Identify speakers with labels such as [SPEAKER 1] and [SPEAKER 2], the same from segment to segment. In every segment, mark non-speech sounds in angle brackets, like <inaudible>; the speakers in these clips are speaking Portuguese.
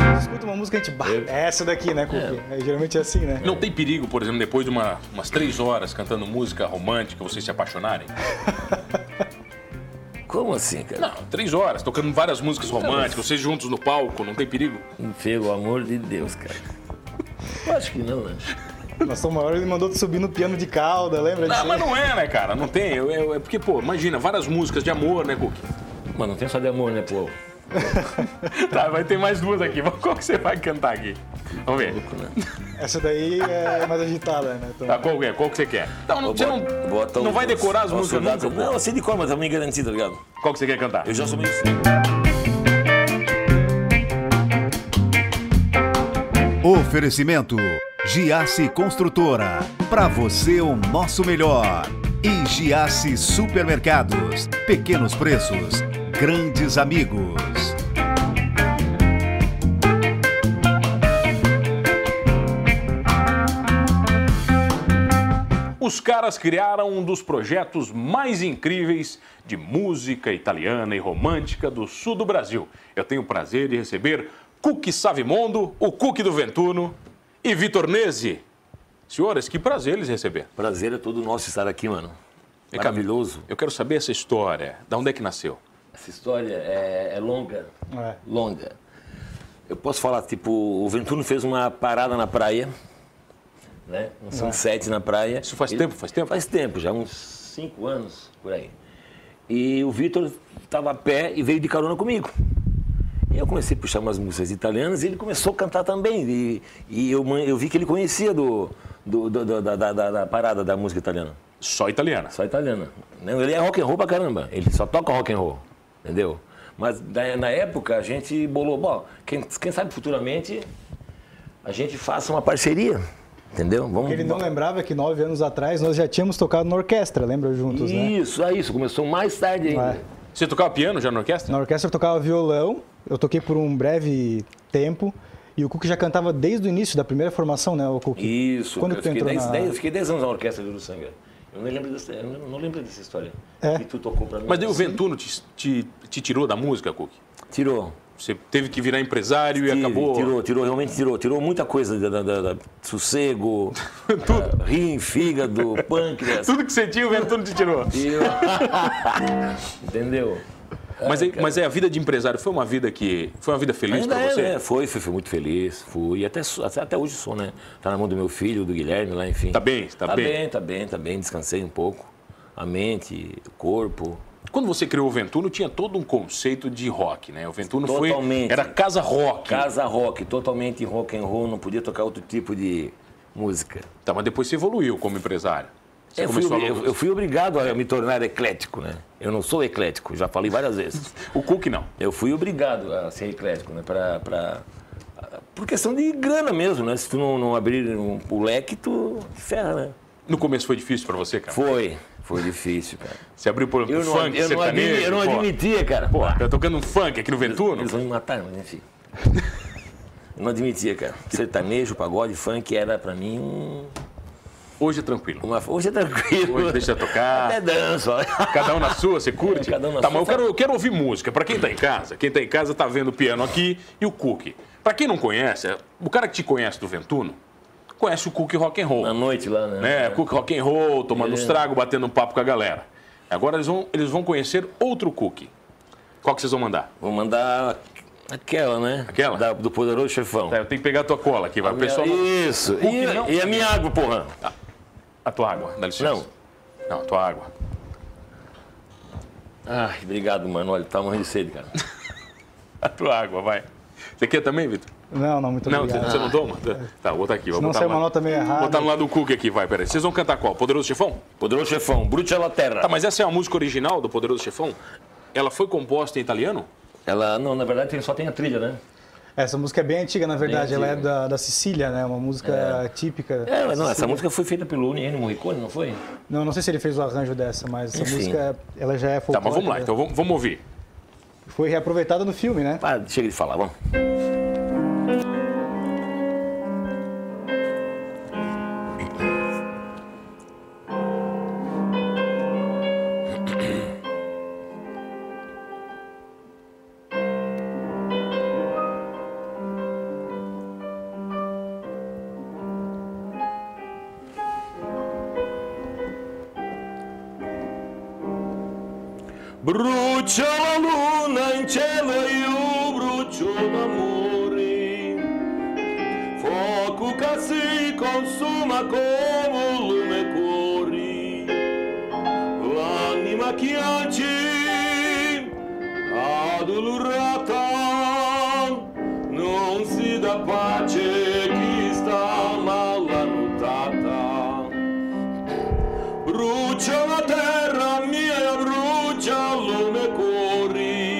[SPEAKER 1] gente escuta uma música e a gente. Bah, é essa daqui, né, Cupi? É, geralmente é assim, né?
[SPEAKER 2] Não tem perigo, por exemplo, depois de uma- umas três horas cantando música romântica, vocês se apaixonarem?
[SPEAKER 3] Como assim, cara?
[SPEAKER 2] Não, três horas, tocando várias músicas românticas, vocês juntos no palco, não tem perigo?
[SPEAKER 3] Pelo amor de Deus, cara. Eu acho que não, né?
[SPEAKER 1] Nós uma hora ele mandou tu subir no piano de cauda, lembra disso?
[SPEAKER 2] Não, mas não é, né, cara? Não tem. Eu- eu- é porque, pô, imagina, várias músicas de amor, né, Cook?
[SPEAKER 3] Mas não tem só de amor, né, pô?
[SPEAKER 2] <laughs> Tá, vai ter mais duas aqui. Qual que você vai cantar aqui? Vamos ver.
[SPEAKER 3] Né?
[SPEAKER 1] Essa daí é mais agitada, né? Então,
[SPEAKER 2] Tá, qual que é? Qual que você quer? Não, não,
[SPEAKER 3] Eu
[SPEAKER 2] você
[SPEAKER 3] boto-
[SPEAKER 2] não,
[SPEAKER 3] boto
[SPEAKER 2] não
[SPEAKER 3] os-
[SPEAKER 2] vai decorar
[SPEAKER 3] os
[SPEAKER 2] as músicas
[SPEAKER 3] soldados-
[SPEAKER 2] nunca,
[SPEAKER 3] Não,
[SPEAKER 2] pô.
[SPEAKER 3] eu sei de cor, mas também garantido, tá ligado?
[SPEAKER 2] Qual que você quer cantar?
[SPEAKER 3] Eu já sou meio assim.
[SPEAKER 4] Oferecimento Giasse Construtora. Pra você o nosso melhor. E Giasse Supermercados. Pequenos preços, grandes amigos.
[SPEAKER 2] Os caras criaram um dos projetos mais incríveis de música italiana e romântica do sul do Brasil. Eu tenho o prazer de receber Cuque Savimondo, o Cuque do Ventuno e Vitor Nese. Senhores, que prazer eles receber.
[SPEAKER 3] Prazer é todo nosso estar aqui, mano.
[SPEAKER 2] E, Camilo,
[SPEAKER 3] Maravilhoso.
[SPEAKER 2] Eu quero saber essa história. Da onde é que nasceu?
[SPEAKER 3] Essa história é, é longa.
[SPEAKER 1] É.
[SPEAKER 3] Longa. Eu posso falar, tipo, o Ventuno fez uma parada na praia, né? Um sunset na praia.
[SPEAKER 2] é. Isso faz tempo, faz tempo?
[SPEAKER 3] Faz tempo, já uns cinco anos por aí. E o Vitor estava a pé e veio de carona comigo. E eu comecei a puxar umas músicas italianas e ele começou a cantar também. E, e eu, man- eu vi que ele conhecia do, do- do- do- da- da- da- da parada da música italiana.
[SPEAKER 2] Só italiana.
[SPEAKER 3] Só italiana. Não, ele é rock and roll pra caramba. Ele só toca rock and roll, entendeu? Mas na, na época a gente bolou, bom, quem, quem sabe futuramente a gente faça uma parceria, entendeu? Vamos.
[SPEAKER 1] porque ele não lembrava que nove anos atrás nós já tínhamos tocado na orquestra, lembra juntos, né?
[SPEAKER 3] Isso, é isso. Começou mais tarde ainda.
[SPEAKER 1] É.
[SPEAKER 2] Você tocava piano já na orquestra?
[SPEAKER 1] Na orquestra eu tocava violão, eu toquei por um breve tempo. E o Cook já cantava desde o início da primeira formação, né, o Cook?
[SPEAKER 3] Isso.
[SPEAKER 1] Quando
[SPEAKER 3] eu,
[SPEAKER 1] que tu
[SPEAKER 3] fiquei
[SPEAKER 1] entrou
[SPEAKER 3] 10,
[SPEAKER 1] na...
[SPEAKER 3] eu fiquei 10 anos na orquestra do Uruçanga. Eu não lembro dessa, eu não- não lembro dessa história.
[SPEAKER 1] É.
[SPEAKER 3] E tu tocou pra mim.
[SPEAKER 2] Mas daí o Ventuno te, te- te tirou da música, Cuque?
[SPEAKER 3] Tirou.
[SPEAKER 2] Você teve que virar empresário e
[SPEAKER 3] Tive,
[SPEAKER 2] acabou...
[SPEAKER 3] Tirou, tirou, realmente tirou. Tirou muita coisa, da, da, da, da-
[SPEAKER 2] <laughs>
[SPEAKER 3] sossego, ah, rim, fígado, pâncreas.
[SPEAKER 2] <laughs> Tudo que você tinha, o Ventuno te tirou.
[SPEAKER 3] Eu- <laughs> Entendeu?
[SPEAKER 2] Mas, aí- mas é a vida de empresário foi uma vida que foi uma vida feliz
[SPEAKER 3] Ah, Ainda
[SPEAKER 2] pra
[SPEAKER 3] é,
[SPEAKER 2] você?
[SPEAKER 3] né? Foi, fui, fui muito feliz. Fui. E até, sou- até, até hoje sou, né? Tá na mão do meu filho, do Guilherme lá, enfim.
[SPEAKER 2] Tá bem, tá bem.
[SPEAKER 3] Tá bem, tá bem. Descansei um pouco. A mente, o corpo.
[SPEAKER 2] Quando você criou o Ventuno, tinha todo um conceito de rock, né? O Ventuno
[SPEAKER 3] Totalmente.
[SPEAKER 2] foi era casa rock.
[SPEAKER 3] Casa rock, totalmente rock and roll. Não podia tocar outro tipo de música.
[SPEAKER 2] Tá, mas depois você evoluiu como empresário. Você
[SPEAKER 3] É, Eu fui,
[SPEAKER 2] começou a...
[SPEAKER 3] obri- eu- eu fui obrigado a me tornar eclético, né? Eu não sou eclético, já falei várias
[SPEAKER 2] <laughs>
[SPEAKER 3] vezes.
[SPEAKER 2] O Cook não.
[SPEAKER 3] Eu fui obrigado a ser eclético, né? Pra, pra, por questão de grana mesmo, né? Se tu não, não abrir um, o leque, tu ferra, né?
[SPEAKER 2] No começo foi difícil pra você, cara.
[SPEAKER 3] Foi. Foi difícil, cara.
[SPEAKER 2] Você abriu por
[SPEAKER 3] Eu não,
[SPEAKER 2] funk,
[SPEAKER 3] eu não,
[SPEAKER 2] sertanejo.
[SPEAKER 3] admi- eu não
[SPEAKER 2] pô.
[SPEAKER 3] admitia, cara. Ah,
[SPEAKER 2] Pô, tá tocando um funk aqui no Ventuno?
[SPEAKER 3] Eles vão me matar, mas enfim. Eu não admitia, cara. Sertanejo, pagode, funk era pra mim um-
[SPEAKER 2] Hoje é tranquilo.
[SPEAKER 3] uma. Hoje é tranquilo.
[SPEAKER 2] Hoje deixa tocar.
[SPEAKER 3] Até danço.
[SPEAKER 2] Cada um na sua, você curte?
[SPEAKER 3] É, cada um na
[SPEAKER 2] tá,
[SPEAKER 3] sua.
[SPEAKER 2] mas eu quero, eu quero ouvir música. Pra quem tá em casa, quem tá em casa tá vendo o piano aqui e o Cook. Pra quem não conhece, o cara que te conhece do Ventuno, conhece o Cook rock and roll.
[SPEAKER 3] Na noite lá, né?
[SPEAKER 2] né? Cook rock and roll,
[SPEAKER 3] É.
[SPEAKER 2] tomando os tragos, batendo um papo com a galera. Agora eles vão, eles vão conhecer outro Cook. Qual que vocês vão mandar?
[SPEAKER 3] Vou mandar aquela, né?
[SPEAKER 2] Aquela?
[SPEAKER 3] Da- do poderoso chefão.
[SPEAKER 2] Tá, eu tenho que pegar a tua cola aqui, vai. O pessoal.
[SPEAKER 3] Isso. E,
[SPEAKER 2] não-
[SPEAKER 3] e a minha água, porra?
[SPEAKER 2] A tua água, dá licença.
[SPEAKER 3] Não.
[SPEAKER 2] Não, a tua água. <laughs>
[SPEAKER 3] Ai, obrigado, mano. Olha, tá morrendo de sede, cara.
[SPEAKER 2] A tua água, vai. Você quer também, Vitor?
[SPEAKER 1] Não, não, muito
[SPEAKER 2] Não, você
[SPEAKER 1] obrigado.
[SPEAKER 2] você não toma? Tá, Tá, vou botar aqui. Vou
[SPEAKER 1] Senão
[SPEAKER 2] botar
[SPEAKER 1] sai
[SPEAKER 2] lá.
[SPEAKER 1] uma nota meio errada.
[SPEAKER 2] Vou botar no lado do Cook aqui, vai, peraí. Vocês vão cantar qual? Poderoso Chefão?
[SPEAKER 3] Poderoso chefão, Bruxa La Terra.
[SPEAKER 2] Tá, mas essa é a música original do Poderoso Chefão? Ela foi composta em italiano?
[SPEAKER 3] Ela, não, na verdade tem- só tem a trilha, né?
[SPEAKER 1] Essa música é bem antiga, na verdade. Ela é
[SPEAKER 3] antiga.
[SPEAKER 1] da, da Sicília, né? Uma música típica.
[SPEAKER 3] É, mas não,
[SPEAKER 1] siciliana.
[SPEAKER 3] essa música foi feita pelo Ennio Morricone, não foi?
[SPEAKER 1] Não, não sei se ele fez o arranjo dessa, mas essa
[SPEAKER 3] Enfim.
[SPEAKER 1] música, ela já é
[SPEAKER 2] Tá,
[SPEAKER 1] folclórica.
[SPEAKER 2] mas vamos lá,
[SPEAKER 1] né?
[SPEAKER 2] então vamos, vamos ouvir.
[SPEAKER 1] Foi reaproveitada no filme, né?
[SPEAKER 3] Para, chega de falar, vamos.
[SPEAKER 5] Brucio la é luna in cielo e io brucio d'amore. Fuoco che si consuma come un lume cuori. L'anima chiaci adulurata non si dà pace chi sta malanutata. Brucia la terra mia, brucia il lume cuori.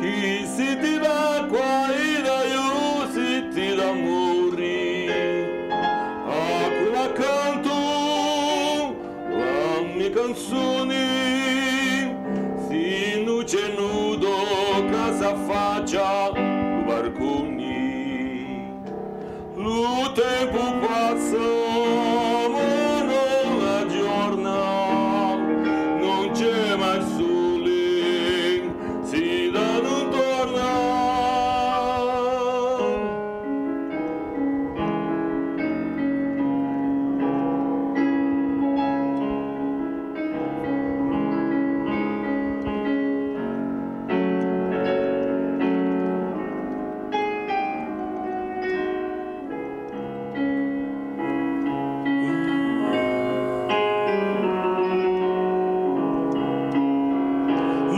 [SPEAKER 5] Chi si ti dà qua ed aiuti ti dà muri. A quella canto la mia canzone. Si nuce nudo casa faccia barconi. Lo tempo passa, ma non la giorna, non c'è mai il sole, si da non torna.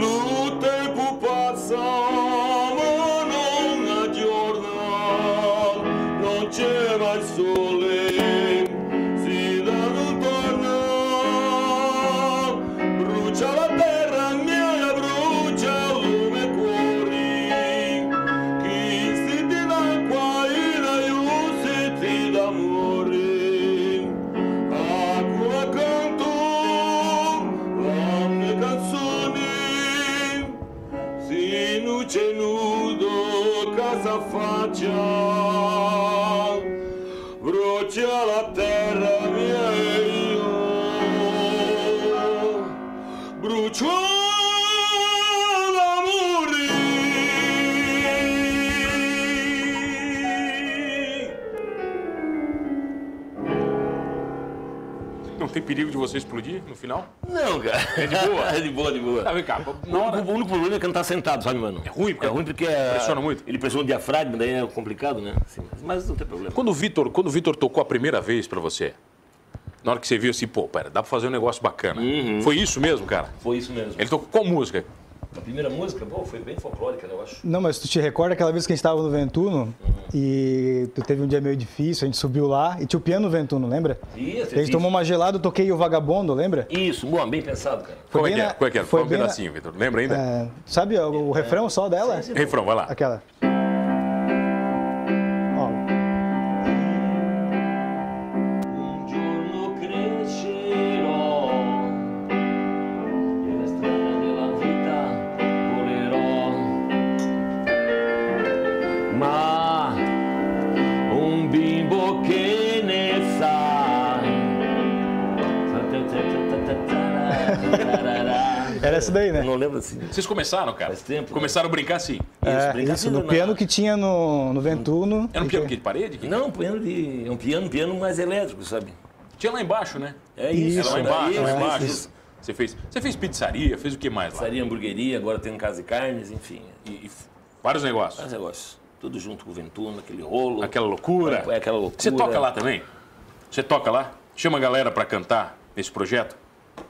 [SPEAKER 5] Lo tempo passa, ma non la giorna, non c'è mai il sole, si dà non torna, brucia la terra mia, brucia il lume cuori, chi si ti dà qua in aiuto ti dà amore. Acqua canto la mia canzone, sino nudo casa faccia, brucia la terra mia e io, brucio l'amore.
[SPEAKER 2] Não tem perigo de você explodir no final?
[SPEAKER 5] Não, cara. É
[SPEAKER 2] de
[SPEAKER 3] <laughs>
[SPEAKER 2] boa?
[SPEAKER 5] é de boa, de boa.
[SPEAKER 2] Tá, vem cá.
[SPEAKER 5] O
[SPEAKER 2] Na hora...
[SPEAKER 5] único- o único problema é cantar sentado, sabe, mano? É
[SPEAKER 2] ruim, porque
[SPEAKER 5] é ruim porque é-
[SPEAKER 2] pressiona muito.
[SPEAKER 5] Ele pressiona o diafragma, daí é complicado, né? Assim, mas não tem problema.
[SPEAKER 2] Quando o Vitor, quando o Vitor tocou a primeira vez pra você, na hora que você viu assim, pô, pera, dá pra fazer um negócio bacana.
[SPEAKER 5] Uhum.
[SPEAKER 2] Foi isso mesmo, cara?
[SPEAKER 5] Foi isso mesmo.
[SPEAKER 3] É.
[SPEAKER 2] Ele tocou qual música?
[SPEAKER 5] A primeira música, pô, foi bem folclórica, né, eu acho.
[SPEAKER 1] Não, mas tu te recorda aquela vez que a gente estava no Ventuno e tu teve um dia meio difícil, a gente subiu lá e tinha o piano no Ventuno, lembra?
[SPEAKER 5] Isso,
[SPEAKER 1] a gente
[SPEAKER 5] isso.
[SPEAKER 1] tomou uma gelada, eu toquei o Vagabundo, lembra?
[SPEAKER 5] Isso, bom, bem pensado, cara.
[SPEAKER 1] Foi
[SPEAKER 2] Qual é
[SPEAKER 1] bem
[SPEAKER 2] que era?
[SPEAKER 1] na-
[SPEAKER 2] Qual é que era?
[SPEAKER 1] foi
[SPEAKER 2] Fala um
[SPEAKER 1] bem na-
[SPEAKER 2] pedacinho, Vitor. Lembra ainda?
[SPEAKER 1] É, sabe o, o refrão só dela?
[SPEAKER 5] Sim, sim.
[SPEAKER 2] Refrão, vai lá.
[SPEAKER 1] Aquela. Ó,
[SPEAKER 5] Un giorno crescerò e le strade della vita volerò. Ma un bimbo che ne sa.
[SPEAKER 1] Era essa daí, né?
[SPEAKER 5] Eu Não lembro assim.
[SPEAKER 2] Vocês começaram, cara?
[SPEAKER 5] Faz tempo, né?
[SPEAKER 2] Começaram a brincar assim.
[SPEAKER 1] é,
[SPEAKER 5] brincar
[SPEAKER 1] isso,
[SPEAKER 5] assim,
[SPEAKER 1] no
[SPEAKER 5] né?
[SPEAKER 1] piano que tinha no, no Ventuno.
[SPEAKER 2] Era um
[SPEAKER 1] E
[SPEAKER 2] piano
[SPEAKER 1] que-
[SPEAKER 2] que de parede? Que
[SPEAKER 5] Não, um piano de. É um piano, um piano mais elétrico, sabe?
[SPEAKER 2] Tinha lá embaixo, né?
[SPEAKER 5] É
[SPEAKER 1] Isso,
[SPEAKER 5] isso.
[SPEAKER 2] Era lá
[SPEAKER 1] é
[SPEAKER 2] embaixo, lá
[SPEAKER 1] isso,
[SPEAKER 2] embaixo.
[SPEAKER 1] isso.
[SPEAKER 2] Você fez, você fez pizzaria, fez o que mais lá?
[SPEAKER 5] Pizzaria, hamburgueria, agora tem casa e carnes, enfim.
[SPEAKER 2] E- e vários negócios.
[SPEAKER 5] Faz negócio. Tudo junto com o Ventuno, aquele rolo.
[SPEAKER 2] Aquela loucura.
[SPEAKER 5] É aquela loucura.
[SPEAKER 2] Você toca lá também? Você toca lá? Chama a galera pra cantar nesse projeto?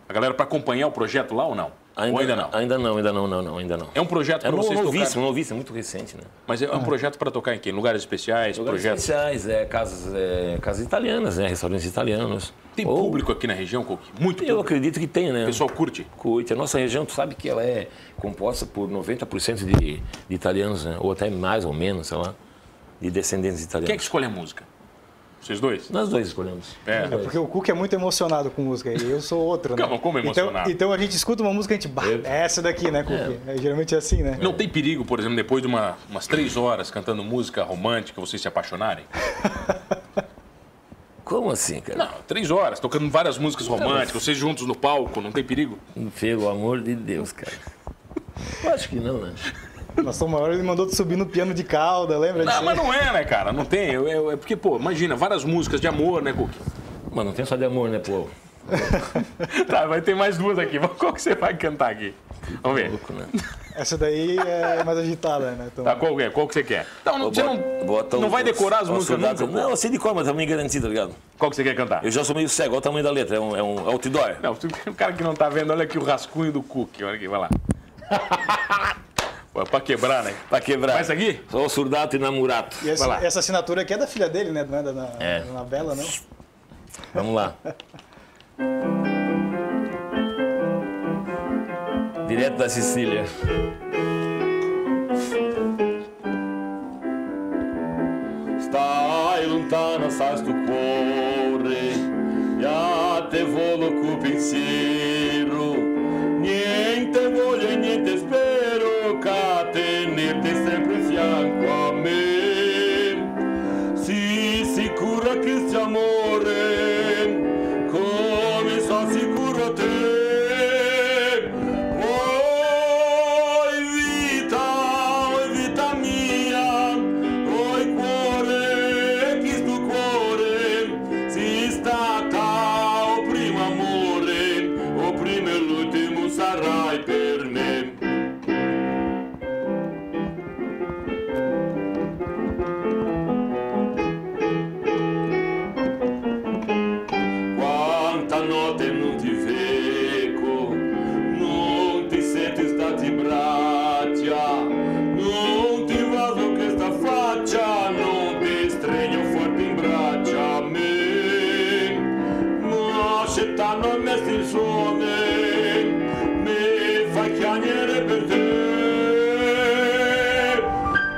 [SPEAKER 2] A galera pra acompanhar o projeto lá ou não? ou ainda não?
[SPEAKER 5] Ainda não, ainda não, não, não, ainda não.
[SPEAKER 2] É um projeto
[SPEAKER 5] É
[SPEAKER 2] pra vocês
[SPEAKER 5] novíssimo,
[SPEAKER 2] tocarem.
[SPEAKER 5] novíssimo, muito recente, né?
[SPEAKER 2] Mas é um projeto pra tocar em quê? Em lugares especiais,
[SPEAKER 5] Lugares
[SPEAKER 2] projetos.
[SPEAKER 5] especiais, é, casas, é, casas italianas, né? Restaurantes italianos.
[SPEAKER 2] Tem
[SPEAKER 5] Ou-
[SPEAKER 2] público aqui na região, Cook? Muito
[SPEAKER 5] Eu
[SPEAKER 2] público.
[SPEAKER 5] acredito que tem, né?
[SPEAKER 2] O pessoal curte.
[SPEAKER 5] Coit, a nossa região, tu sabe que ela é composta por 90% de, de italianos, né? Ou até mais ou menos, sei lá, de descendentes italianos.
[SPEAKER 2] Quem é que escolhe a música? Vocês dois?
[SPEAKER 5] Nós dois escolhemos.
[SPEAKER 2] É.
[SPEAKER 5] Nós dois.
[SPEAKER 1] Porque o Cook é muito emocionado com música e eu sou outro, né?
[SPEAKER 2] Calma, como emocionado?
[SPEAKER 1] Então, então a gente escuta uma música e a gente. Bah, é essa daqui, né, Cook? É, geralmente é assim, né?
[SPEAKER 2] Não tem perigo, por exemplo, depois de uma- umas três horas cantando música romântica, vocês se apaixonarem?
[SPEAKER 5] Como assim, cara?
[SPEAKER 2] Não, três horas, tocando várias músicas românticas, vocês juntos no palco, não tem perigo?
[SPEAKER 5] Pelo Um amor de Deus, cara. Eu acho que não, né?
[SPEAKER 1] Nós somos maior, ele mandou tu subir no piano de cauda, lembra disso?
[SPEAKER 2] Não, mas não é, né, cara? Não tem. Eu- eu- é porque, pô, imagina, várias músicas de amor, né, <laughs> Cook?
[SPEAKER 5] Mano, não tem só de amor, né, pô?
[SPEAKER 2] Tá, vai ter mais duas aqui. Qual que você vai cantar aqui? Vamos ver.
[SPEAKER 5] Louco, né?
[SPEAKER 1] Essa daí é mais agitada, né? Então,
[SPEAKER 2] Tá, qual que é? Qual que você quer? Então, não,
[SPEAKER 5] Eu
[SPEAKER 2] você
[SPEAKER 5] boto-
[SPEAKER 2] não,
[SPEAKER 5] boto
[SPEAKER 2] não
[SPEAKER 5] os-
[SPEAKER 2] vai decorar as
[SPEAKER 5] os
[SPEAKER 2] músicas
[SPEAKER 5] soldados-
[SPEAKER 2] nunca?
[SPEAKER 5] Não, eu sei de cor, mas também garanti, tá ligado?
[SPEAKER 2] Qual que você quer cantar?
[SPEAKER 5] Eu já sou meio cego, olha o tamanho da letra, é um, é um outdoor.
[SPEAKER 2] Não, o cara que não tá vendo, olha aqui o rascunho do Cook. Olha aqui, vai lá. <laughs> Pô, é pra quebrar, né?
[SPEAKER 5] Pra quebrar.
[SPEAKER 2] Faz aqui?
[SPEAKER 5] Só o surdato e namurato.
[SPEAKER 1] e essa,
[SPEAKER 2] vai lá.
[SPEAKER 1] essa assinatura aqui é da filha dele, né? Não é da na,
[SPEAKER 5] É.
[SPEAKER 1] da Anabela, não?
[SPEAKER 5] Vamos lá. Direto da Sicília. Stai lontana, sai sto cuore, ja te volo cu pensiero. Niente voglio e niente spero, ca tenerti sempre fianco a me. Si sicura che sia amore, come so sicuro te. Oi vita, oi vita mia, oi cuore, chi sto cuore, si stata, o primo amore, o primo e l'ultimo sarai per me. Quanta notte non ti veco, non ti sento stati braccia, non ti vado questa faccia, non ti stregno forte in braccia a me. Ma accettando a me il sole, mi fai piangere per te.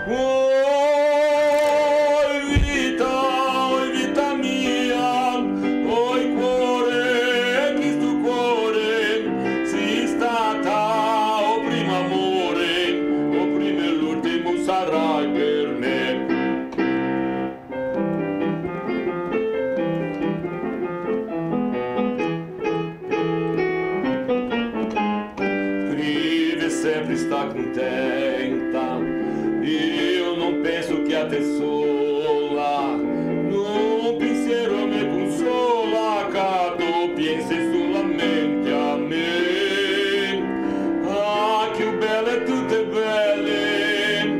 [SPEAKER 5] Oi vita, oi vita mia, oi cuore, chi tu cuore, sei stata, o primo amore, o primo e l'ultimo sarai per me. vive sempre está contenta. E eu não penso que a tesola no pensiero me é consola, cato pensa solamente a me. Ah, que o belo é tudo é belo,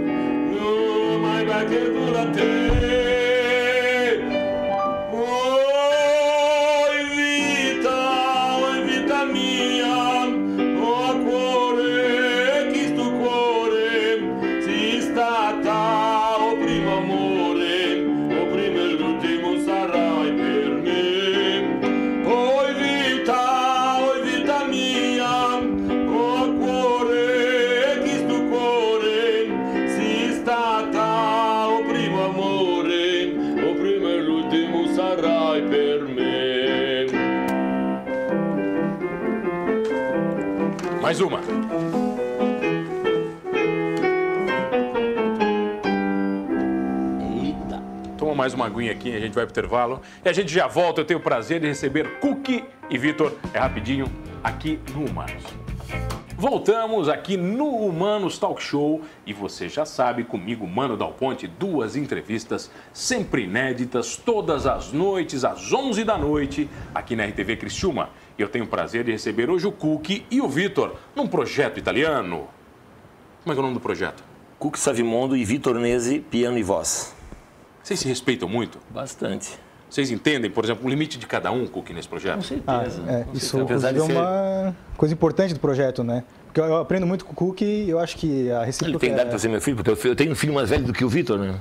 [SPEAKER 5] não mais vai que dura ter. Oi vita, oi vita mia, o cuore, chi sto cuore, si stata, o primo amore, o primo e l'ultimo sarai per me. Oi vita, oi vita mia, o cuore, chi sto cuore, si stata, o primo amore, o primo e l'ultimo sarai per me.
[SPEAKER 2] Mais uma.
[SPEAKER 5] Eita.
[SPEAKER 2] Toma mais uma aguinha aqui, a gente vai pro intervalo. E a gente já volta. Eu tenho o prazer de receber Cookie e Vitor. É rapidinho, aqui no Humanos. Voltamos aqui no Humanos Talk Show e você já sabe, comigo, Mano Dal Ponte, duas entrevistas sempre inéditas, todas as noites, às 11 da noite, aqui na RTV Criciúma. E eu tenho o prazer de receber hoje o Cookie e o Vitor num projeto italiano. Como é que é o nome do projeto?
[SPEAKER 5] Cuque Savimondo e Vitor Nese, piano e voz.
[SPEAKER 2] Vocês se respeitam muito?
[SPEAKER 5] Bastante.
[SPEAKER 2] Vocês entendem, por exemplo, o limite de cada um, Cook, nesse projeto?
[SPEAKER 1] Ah,
[SPEAKER 5] certeza.
[SPEAKER 1] é, isso
[SPEAKER 5] Apesar
[SPEAKER 1] inclusive,
[SPEAKER 5] de
[SPEAKER 1] é
[SPEAKER 5] ser-
[SPEAKER 1] uma coisa importante do projeto, né? Porque eu- eu aprendo muito com o Cook e eu acho que a
[SPEAKER 5] Ele
[SPEAKER 1] recíproca...
[SPEAKER 5] tem idade
[SPEAKER 1] é-
[SPEAKER 5] para ser meu filho, porque eu fi- eu tenho um filho mais velho do que o Vitor, né?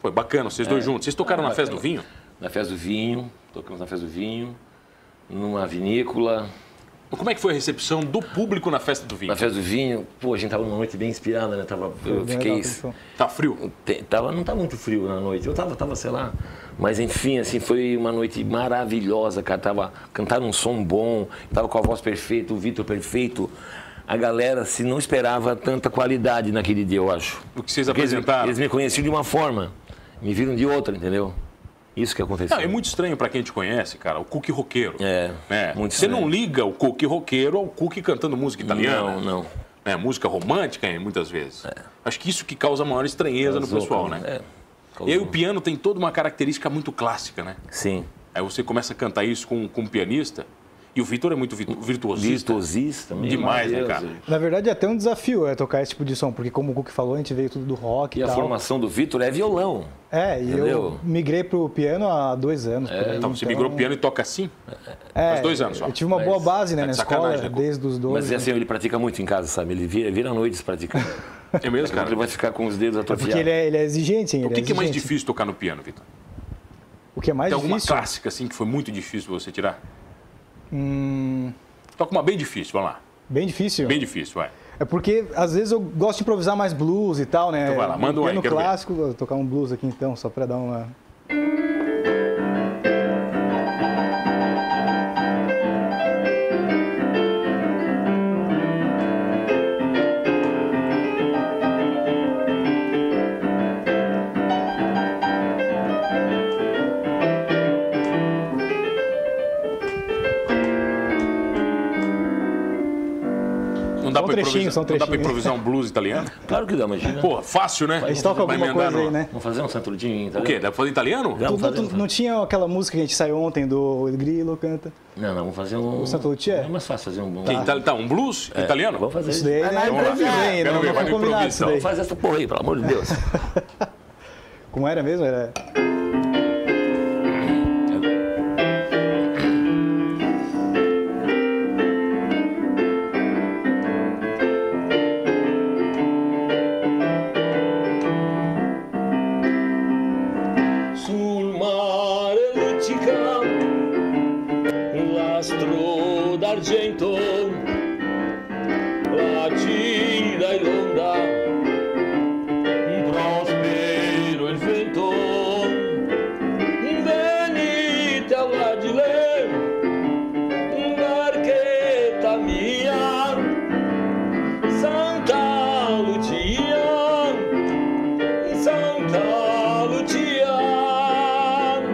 [SPEAKER 2] Foi bacana, vocês dois juntos. Vocês tocaram
[SPEAKER 3] É,
[SPEAKER 2] na
[SPEAKER 5] bacana.
[SPEAKER 2] festa do vinho?
[SPEAKER 5] Ah, Na Festa do Vinho, tocamos na Festa do Vinho, numa vinícola.
[SPEAKER 2] Como é que foi a recepção do público na festa do vinho?
[SPEAKER 5] Na Festa do Vinho, pô, a gente tava numa noite bem inspirada, né? Tava, eu
[SPEAKER 1] Bem
[SPEAKER 5] fiquei. um
[SPEAKER 1] legal, pessoal.
[SPEAKER 2] Tá frio?
[SPEAKER 5] te- Tava, não tava muito frio na noite, eu tava, tava, sei lá. Mas enfim, assim, foi uma noite maravilhosa, cara. Tava cantando um som bom, tava com a voz perfeita, o Vitor perfeito. A galera, assim, não esperava tanta qualidade naquele dia, eu acho.
[SPEAKER 2] O que vocês
[SPEAKER 5] Porque eles,
[SPEAKER 2] apresentaram?
[SPEAKER 5] eles me conheciam de uma forma, me viram de outra, entendeu? Isso que aconteceu.
[SPEAKER 2] Não, é muito estranho pra quem te conhece, cara, o Cook roqueiro.
[SPEAKER 5] É,
[SPEAKER 2] Né?
[SPEAKER 5] muito
[SPEAKER 2] Você
[SPEAKER 5] estranho.
[SPEAKER 2] não liga o Cook roqueiro ao Cook cantando música italiana.
[SPEAKER 5] Não, É. não.
[SPEAKER 2] Né? Música romântica, hein, muitas vezes. Acho que isso que causa a maior estranheza no
[SPEAKER 5] um
[SPEAKER 2] pessoal, né?
[SPEAKER 3] É.
[SPEAKER 2] E aí o piano tem toda uma característica muito clássica, né?
[SPEAKER 5] Sim.
[SPEAKER 2] Aí você começa a cantar isso com, com um pianista. E o Vitor é muito virtu- virtuosista.
[SPEAKER 3] Virtuosista. meu
[SPEAKER 2] Demais, né,
[SPEAKER 3] Deus,
[SPEAKER 2] cara?
[SPEAKER 3] gente.
[SPEAKER 1] Na verdade, é até um desafio é tocar esse tipo de som, porque como o Cook falou, a gente veio tudo do rock e,
[SPEAKER 3] E a
[SPEAKER 1] tal.
[SPEAKER 3] formação do Vitor é violão.
[SPEAKER 1] É, e
[SPEAKER 3] Entendeu?
[SPEAKER 1] eu migrei pro piano há dois anos. por aí,
[SPEAKER 2] Então, você migrou piano e toca assim?
[SPEAKER 1] é,
[SPEAKER 2] faz dois anos só.
[SPEAKER 1] Eu tive uma
[SPEAKER 3] Mas-
[SPEAKER 1] boa base né,
[SPEAKER 2] tá
[SPEAKER 1] na
[SPEAKER 2] de
[SPEAKER 1] escola,
[SPEAKER 2] sacanagem, né, Cook?
[SPEAKER 1] desde os 12.
[SPEAKER 3] Mas assim, ele pratica muito em casa, sabe? Ele vira, vira noites
[SPEAKER 2] <laughs>
[SPEAKER 3] praticando.
[SPEAKER 2] É
[SPEAKER 3] <laughs>
[SPEAKER 2] mesmo, cara?
[SPEAKER 3] Ele vai ficar com os dedos atrofiados.
[SPEAKER 1] porque ele é, ele é exigente, hein?
[SPEAKER 2] O
[SPEAKER 1] ele
[SPEAKER 2] que, que é mais
[SPEAKER 1] exigente.
[SPEAKER 2] difícil tocar no piano, Vitor?
[SPEAKER 1] O que é mais
[SPEAKER 2] Tem alguma
[SPEAKER 1] difícil?
[SPEAKER 2] clássica, assim, que foi muito difícil você tirar? Toca uma bem difícil, vamos lá.
[SPEAKER 1] Bem difícil.
[SPEAKER 2] Bem difícil, vai.
[SPEAKER 1] É porque às vezes eu gosto de improvisar mais blues e tal, né?
[SPEAKER 2] Então vai lá, manda um aí,
[SPEAKER 1] piano
[SPEAKER 2] quero ver.
[SPEAKER 1] clássico, vou tocar um blues aqui então, só pra dar uma.
[SPEAKER 2] Não dá,
[SPEAKER 1] São
[SPEAKER 2] pra
[SPEAKER 1] trechinhos,
[SPEAKER 2] improvisar,
[SPEAKER 1] são
[SPEAKER 2] não dá pra
[SPEAKER 1] trechinhos.
[SPEAKER 2] improvisar um
[SPEAKER 1] <laughs>
[SPEAKER 2] blues italiano?
[SPEAKER 1] é-
[SPEAKER 3] Claro que dá, imagina.
[SPEAKER 2] Pô, fácil, né?
[SPEAKER 1] Eles tocam
[SPEAKER 2] Vai
[SPEAKER 1] alguma coisa
[SPEAKER 2] emendar no- tá
[SPEAKER 1] aí, né?
[SPEAKER 3] Vamos fazer um santurudinho, tá
[SPEAKER 2] O quê? Dá pra fazer em italiano?
[SPEAKER 3] Dá.
[SPEAKER 1] Tu-
[SPEAKER 3] Vamos
[SPEAKER 1] tu-
[SPEAKER 3] fazer,
[SPEAKER 2] tá
[SPEAKER 1] tu-
[SPEAKER 3] vamos.
[SPEAKER 1] não tinha aquela música que a gente saiu ontem do Grilo canta?
[SPEAKER 3] Não, não, vamos fazer um. O
[SPEAKER 1] Santa Lucia?
[SPEAKER 3] É mais fácil fazer um bom.
[SPEAKER 2] Que itali- Tá, um blues
[SPEAKER 1] É,
[SPEAKER 2] italiano?
[SPEAKER 3] Vamos fazer
[SPEAKER 1] Isso
[SPEAKER 3] isso.
[SPEAKER 1] daí
[SPEAKER 3] Vai lá,
[SPEAKER 1] né?
[SPEAKER 2] vamos lá.
[SPEAKER 1] improviso, hein?
[SPEAKER 2] Quero
[SPEAKER 1] Não,
[SPEAKER 2] ver,
[SPEAKER 1] não
[SPEAKER 2] vai
[SPEAKER 1] foi
[SPEAKER 2] no
[SPEAKER 1] combinado
[SPEAKER 2] improviso,
[SPEAKER 1] isso
[SPEAKER 2] então.
[SPEAKER 1] daí.
[SPEAKER 3] Faz essa porra aí, pelo amor
[SPEAKER 1] <laughs>
[SPEAKER 3] de Deus.
[SPEAKER 1] Como era mesmo? Era.
[SPEAKER 3] sul mare luccica un lastro d'argento placida e ronda un prospero il vento venite alla di lei barchetta mia Santa Lucia Santa Lucia,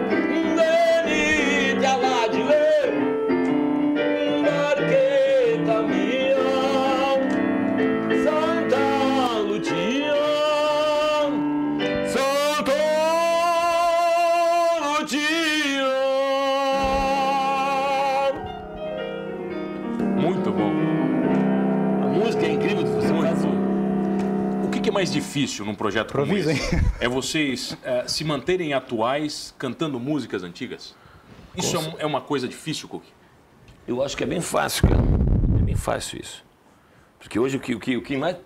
[SPEAKER 3] venite alla di lei, barchetta mia, Santa Lucia, Santa Lucia.
[SPEAKER 2] Muito bom.
[SPEAKER 3] A música é incrível, você faz
[SPEAKER 2] O que, que é mais difícil num projeto
[SPEAKER 1] Improvisa,
[SPEAKER 2] como
[SPEAKER 1] <laughs>
[SPEAKER 2] esse? É vocês eh, se manterem atuais cantando músicas antigas? Isso é, um- é uma coisa difícil, Cook?
[SPEAKER 3] Eu acho que é bem fácil, cara. É bem fácil isso. Porque hoje o que, o que, o que mais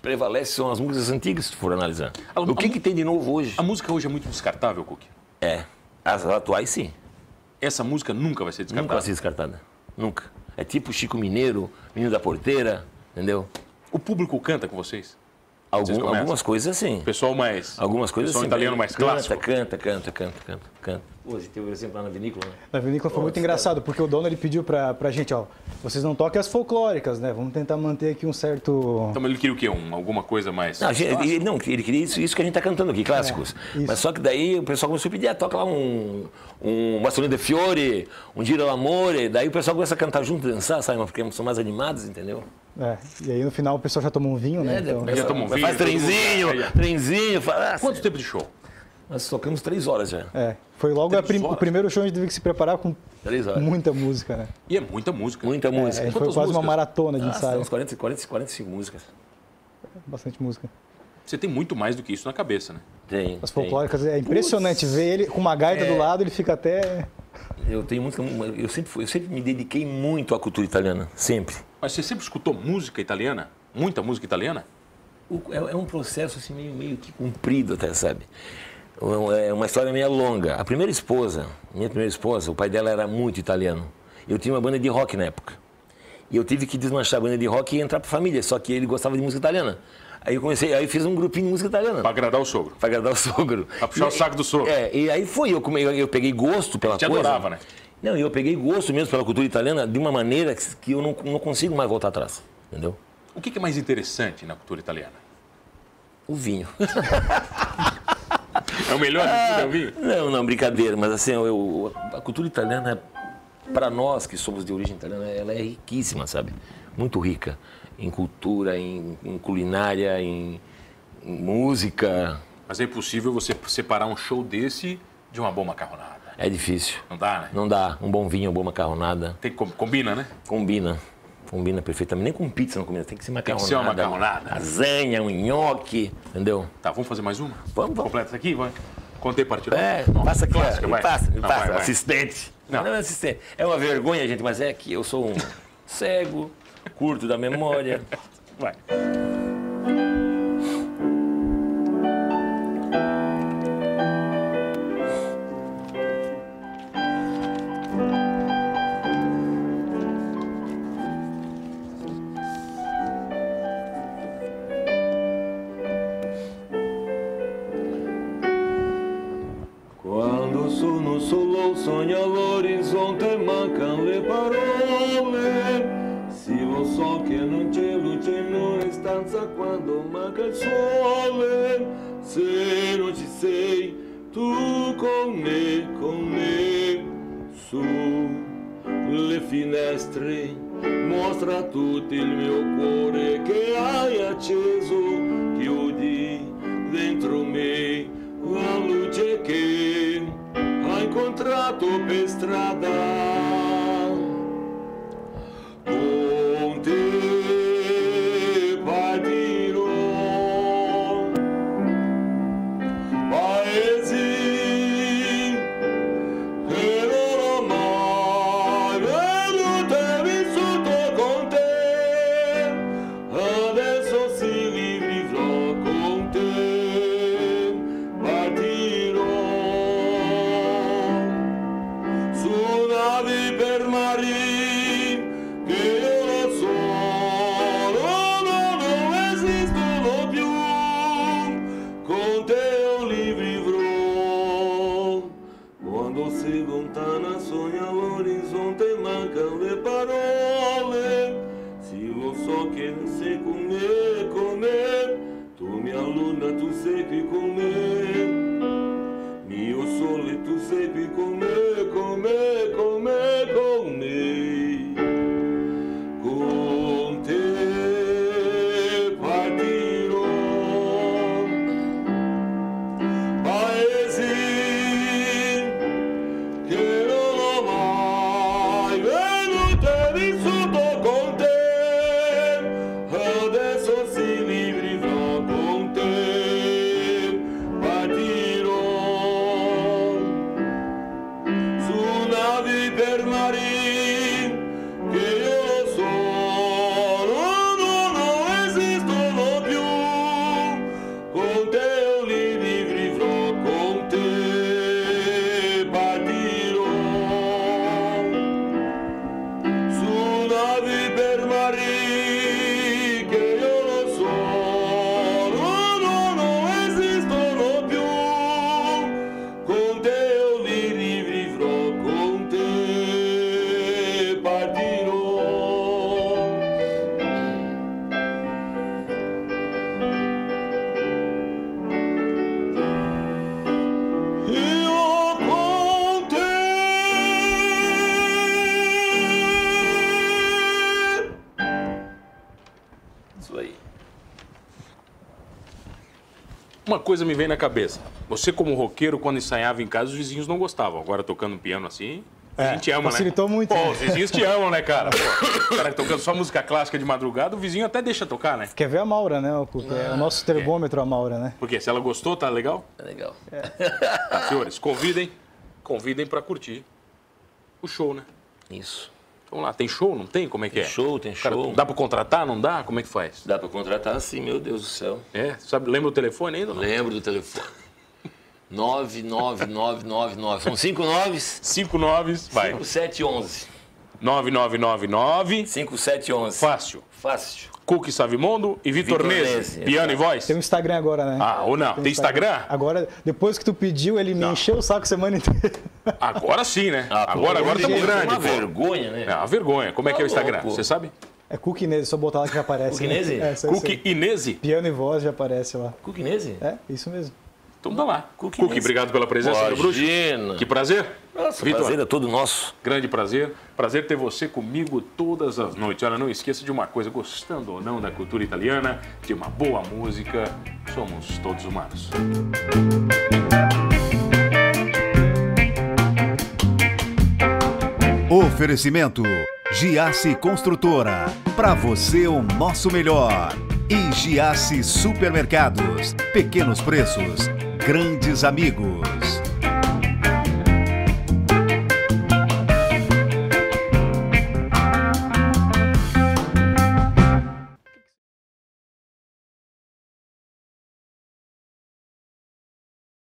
[SPEAKER 3] prevalece são as músicas antigas, se for analisar.
[SPEAKER 2] A-
[SPEAKER 3] O que, que tem de novo hoje?
[SPEAKER 2] A música hoje é muito descartável, Cook.
[SPEAKER 3] É. As atuais, sim.
[SPEAKER 2] Essa música nunca vai ser descartável.
[SPEAKER 3] Nunca vai ser descartada. Nunca. É tipo Chico Mineiro, Menino da Porteira, entendeu?
[SPEAKER 2] O público canta com vocês?
[SPEAKER 3] Algum-
[SPEAKER 2] começam.
[SPEAKER 3] algumas coisas, sim.
[SPEAKER 2] O pessoal mais...
[SPEAKER 3] Algumas coisas,
[SPEAKER 2] pessoal
[SPEAKER 3] sim.
[SPEAKER 2] italiano mais
[SPEAKER 3] canta,
[SPEAKER 2] clássico?
[SPEAKER 3] Canta, canta, canta, canta, canta. Hoje teve um exemplo lá na vinícola, né?
[SPEAKER 1] Na vinícola foi muito engraçado, porque o dono ele pediu pra, pra gente, ó, vocês não toquem as folclóricas, né? Vamos tentar manter aqui um certo.
[SPEAKER 2] Então ele queria o quê? Um, alguma coisa mais...
[SPEAKER 3] Não, a gente- ele, não, ele queria isso, isso que a gente está cantando aqui, clássicos.
[SPEAKER 1] isso.
[SPEAKER 3] Mas só que daí o pessoal começou a pedir, ah, toca lá um, um Massolino de Fiore, um Giro Amore. Daí o pessoal começa a cantar junto, dançar, sabe? Mas Porque são mais animados, entendeu?
[SPEAKER 1] É, e aí no final o pessoal já tomou um vinho, né? Então,
[SPEAKER 3] daí
[SPEAKER 2] já tomou um vinho,
[SPEAKER 3] faz
[SPEAKER 2] todo mundo-
[SPEAKER 3] trenzinho,
[SPEAKER 2] Aí, ó.
[SPEAKER 3] trenzinho, fala, ah,
[SPEAKER 2] Quanto tempo de show?
[SPEAKER 3] Nós tocamos três horas já.
[SPEAKER 1] é, foi logo a
[SPEAKER 2] Três
[SPEAKER 1] prim- o
[SPEAKER 2] horas.
[SPEAKER 1] primeiro show a gente teve que se preparar com
[SPEAKER 3] Três horas.
[SPEAKER 1] muita música, né?
[SPEAKER 2] E é muita música.
[SPEAKER 1] É,
[SPEAKER 3] Muita
[SPEAKER 1] a
[SPEAKER 3] música.
[SPEAKER 1] gente foi
[SPEAKER 2] Quantas
[SPEAKER 1] quase uma
[SPEAKER 2] músicas? Ah,
[SPEAKER 1] maratona de
[SPEAKER 3] Nossa,
[SPEAKER 1] ensaio,
[SPEAKER 3] uns 40, 40, 45 músicas.
[SPEAKER 1] bastante música.
[SPEAKER 2] Você tem muito mais do que isso na cabeça, né?
[SPEAKER 3] Tem.
[SPEAKER 1] As
[SPEAKER 3] tem.
[SPEAKER 1] folclóricas, é impressionante ver ele com uma gaita
[SPEAKER 2] É.
[SPEAKER 1] do lado, ele fica até.
[SPEAKER 3] Eu tenho música. Eu sempre, fui- eu sempre me dediquei muito à cultura italiana. Sempre.
[SPEAKER 2] Mas você sempre escutou música italiana? Muita música italiana?
[SPEAKER 3] O- É, é um processo assim, meio, meio que comprido até, sabe? Um- É uma história meio longa. A primeira esposa, minha primeira esposa, o pai dela era muito italiano. Eu tinha uma banda de rock na época. E eu tive que desmanchar a banda de rock e entrar pra família, só que ele gostava de música italiana. Aí eu comecei, aí eu fiz um grupinho de música italiana.
[SPEAKER 2] Pra agradar o sogro.
[SPEAKER 3] Pra agradar o <laughs> sogro.
[SPEAKER 2] Pra puxar o saco do sogro.
[SPEAKER 3] É, e aí foi, eu, come- eu, eu peguei gosto pela
[SPEAKER 2] Te
[SPEAKER 3] coisa.
[SPEAKER 2] adorava, né?
[SPEAKER 3] Não, eu peguei gosto mesmo pela cultura italiana de uma maneira que, que eu não, não consigo mais voltar atrás, entendeu?
[SPEAKER 2] O que que é mais interessante na cultura italiana?
[SPEAKER 3] O vinho. <laughs>
[SPEAKER 2] É o melhor de
[SPEAKER 3] Ah.
[SPEAKER 2] tudo, é o vinho?
[SPEAKER 3] não, não, brincadeira, mas assim, eu, eu- a cultura italiana, para nós que somos de origem italiana, ela é riquíssima, sabe? Muito rica em cultura, em, em culinária, em, em música.
[SPEAKER 2] Mas é impossível você separar um show desse de uma boa macarronada.
[SPEAKER 5] É difícil.
[SPEAKER 2] Não dá, né?
[SPEAKER 5] Não dá. Um bom vinho, uma boa macarronada.
[SPEAKER 2] Tem que com- combina, né?
[SPEAKER 5] Combina. Combina perfeitamente. Nem com pizza não combina. Tem que ser
[SPEAKER 2] que
[SPEAKER 5] macarronada.
[SPEAKER 2] ser uma macarronada.
[SPEAKER 5] Lasanha, um nhoque. Entendeu?
[SPEAKER 2] Tá, vamos fazer mais uma?
[SPEAKER 5] Vamos, vamos.
[SPEAKER 2] Completa essa aqui, vai. Contei partida.
[SPEAKER 5] É, passa aqui,
[SPEAKER 2] Clássica,
[SPEAKER 5] ó, me
[SPEAKER 2] vai.
[SPEAKER 5] passa, me
[SPEAKER 2] Não,
[SPEAKER 5] passa.
[SPEAKER 2] vai, vai.
[SPEAKER 5] Assistente.
[SPEAKER 2] Não.
[SPEAKER 5] Não. é assistente. É uma vergonha, gente, mas é que eu sou um cego, curto da memória.
[SPEAKER 2] Vai.
[SPEAKER 5] Quando sono solo sogna l'orizzonte mancano le parole Sì lo so che non c'è luce in una stanza quando manca il sole Se non ci sei tu con me, con me Su le finestre mostra a tutti il mio cuore che hai acceso Chiudi dentro me la luce che ha incontrato per strada. Con te partirò, paesi che non ho mai veduto e vissuto con te. Adesso sì li vivrò con te, partirò su navi per mari che io non sono, no, non esistono più. Con te io li vivrò. Quando si lontana sogna l'orizzonte, mancano le parole. Sì, lo so che sei con me, con me. Tu mi alluna, tu sei qui con me. Mio sole, e tu sei qui con me, con me, con me, con me. Con te partirò. Paesi che non ho mai venuto e vissuto con te. Adesso si vivrò con te. Partirò su navi per mari che io sono non, non esistono più con te io li vivrò con te partirò su navi per mari che io non sono non, non esistono più con te io li rivivrò, con te partirò. Io con te. Isso aí.
[SPEAKER 2] Uma coisa me vem na cabeça. Você, como roqueiro, quando ensaiava em casa, os vizinhos não gostavam. Agora, tocando piano assim, a
[SPEAKER 1] É,
[SPEAKER 2] gente ama,
[SPEAKER 1] facilitou
[SPEAKER 2] né?
[SPEAKER 1] muito,
[SPEAKER 2] Pô,
[SPEAKER 1] né?
[SPEAKER 2] os vizinhos te amam, né, <laughs> cara? Pô, o cara tocando só música clássica de madrugada, o vizinho até deixa tocar, né?
[SPEAKER 1] Quer ver a Maura, né, o Cuca? É o nosso termômetro, a Maura, né?
[SPEAKER 2] Porque se ela gostou, tá legal?
[SPEAKER 5] Tá legal.
[SPEAKER 1] É.
[SPEAKER 2] <laughs> Tá, senhores, convidem, convidem pra curtir o show, né?
[SPEAKER 5] Isso.
[SPEAKER 2] Vamos lá, tem show, não tem? Como é que é?
[SPEAKER 5] Show, tem
[SPEAKER 2] Cara,
[SPEAKER 5] show.
[SPEAKER 2] dá pra contratar, não dá? Como é que faz?
[SPEAKER 5] Dá pra contratar sim, meu Deus do céu.
[SPEAKER 2] É, sabe, lembra o telefone ainda ou não?
[SPEAKER 5] Lembro do telefone. 99999. São cinco noves.
[SPEAKER 2] 59, vai.
[SPEAKER 5] 5711.
[SPEAKER 2] 9999,
[SPEAKER 5] 5711.
[SPEAKER 2] fácil.
[SPEAKER 5] Fácil.
[SPEAKER 2] Cuque Savimondo e Vitor
[SPEAKER 5] Vitor
[SPEAKER 2] Nese,
[SPEAKER 5] Nese,
[SPEAKER 2] piano e voz.
[SPEAKER 1] Tem um Instagram agora, né?
[SPEAKER 2] Ah, ou não, tem Instagram? Tá.
[SPEAKER 1] Agora, depois que tu pediu, ele me encheu o saco a semana inteira.
[SPEAKER 2] Agora sim, né? Agora, agora
[SPEAKER 1] Deus,
[SPEAKER 2] estamos
[SPEAKER 1] é
[SPEAKER 5] Ah, Uma
[SPEAKER 2] grande. pô.
[SPEAKER 5] vergonha, né?
[SPEAKER 2] É uma vergonha. Como é que é o
[SPEAKER 5] Tá
[SPEAKER 2] Instagram?
[SPEAKER 5] louco.
[SPEAKER 2] Você sabe?
[SPEAKER 1] É Cuquinese, só botar lá que já aparece. né?
[SPEAKER 5] Cuquinese?
[SPEAKER 1] É, só isso aí.
[SPEAKER 2] Cuque Inese.
[SPEAKER 1] Piano e voz já aparece lá.
[SPEAKER 5] Cuquinese?
[SPEAKER 1] É, isso mesmo.
[SPEAKER 2] Então tá lá.
[SPEAKER 5] Cuque
[SPEAKER 2] Cuque,
[SPEAKER 5] Nese.
[SPEAKER 2] obrigado pela presença do é, Bruxo.
[SPEAKER 5] Imagina.
[SPEAKER 2] Que prazer.
[SPEAKER 5] Nossa,
[SPEAKER 2] Vitor,
[SPEAKER 5] prazer é todo nosso.
[SPEAKER 2] Grande prazer. Prazer ter você comigo todas as noites. Olha, não esqueça de uma coisa, gostando ou não da cultura italiana, de uma boa música, somos todos humanos.
[SPEAKER 4] Oferecimento Giasse Construtora. Para você o nosso melhor. E Giasse Supermercados. Pequenos preços, grandes amigos.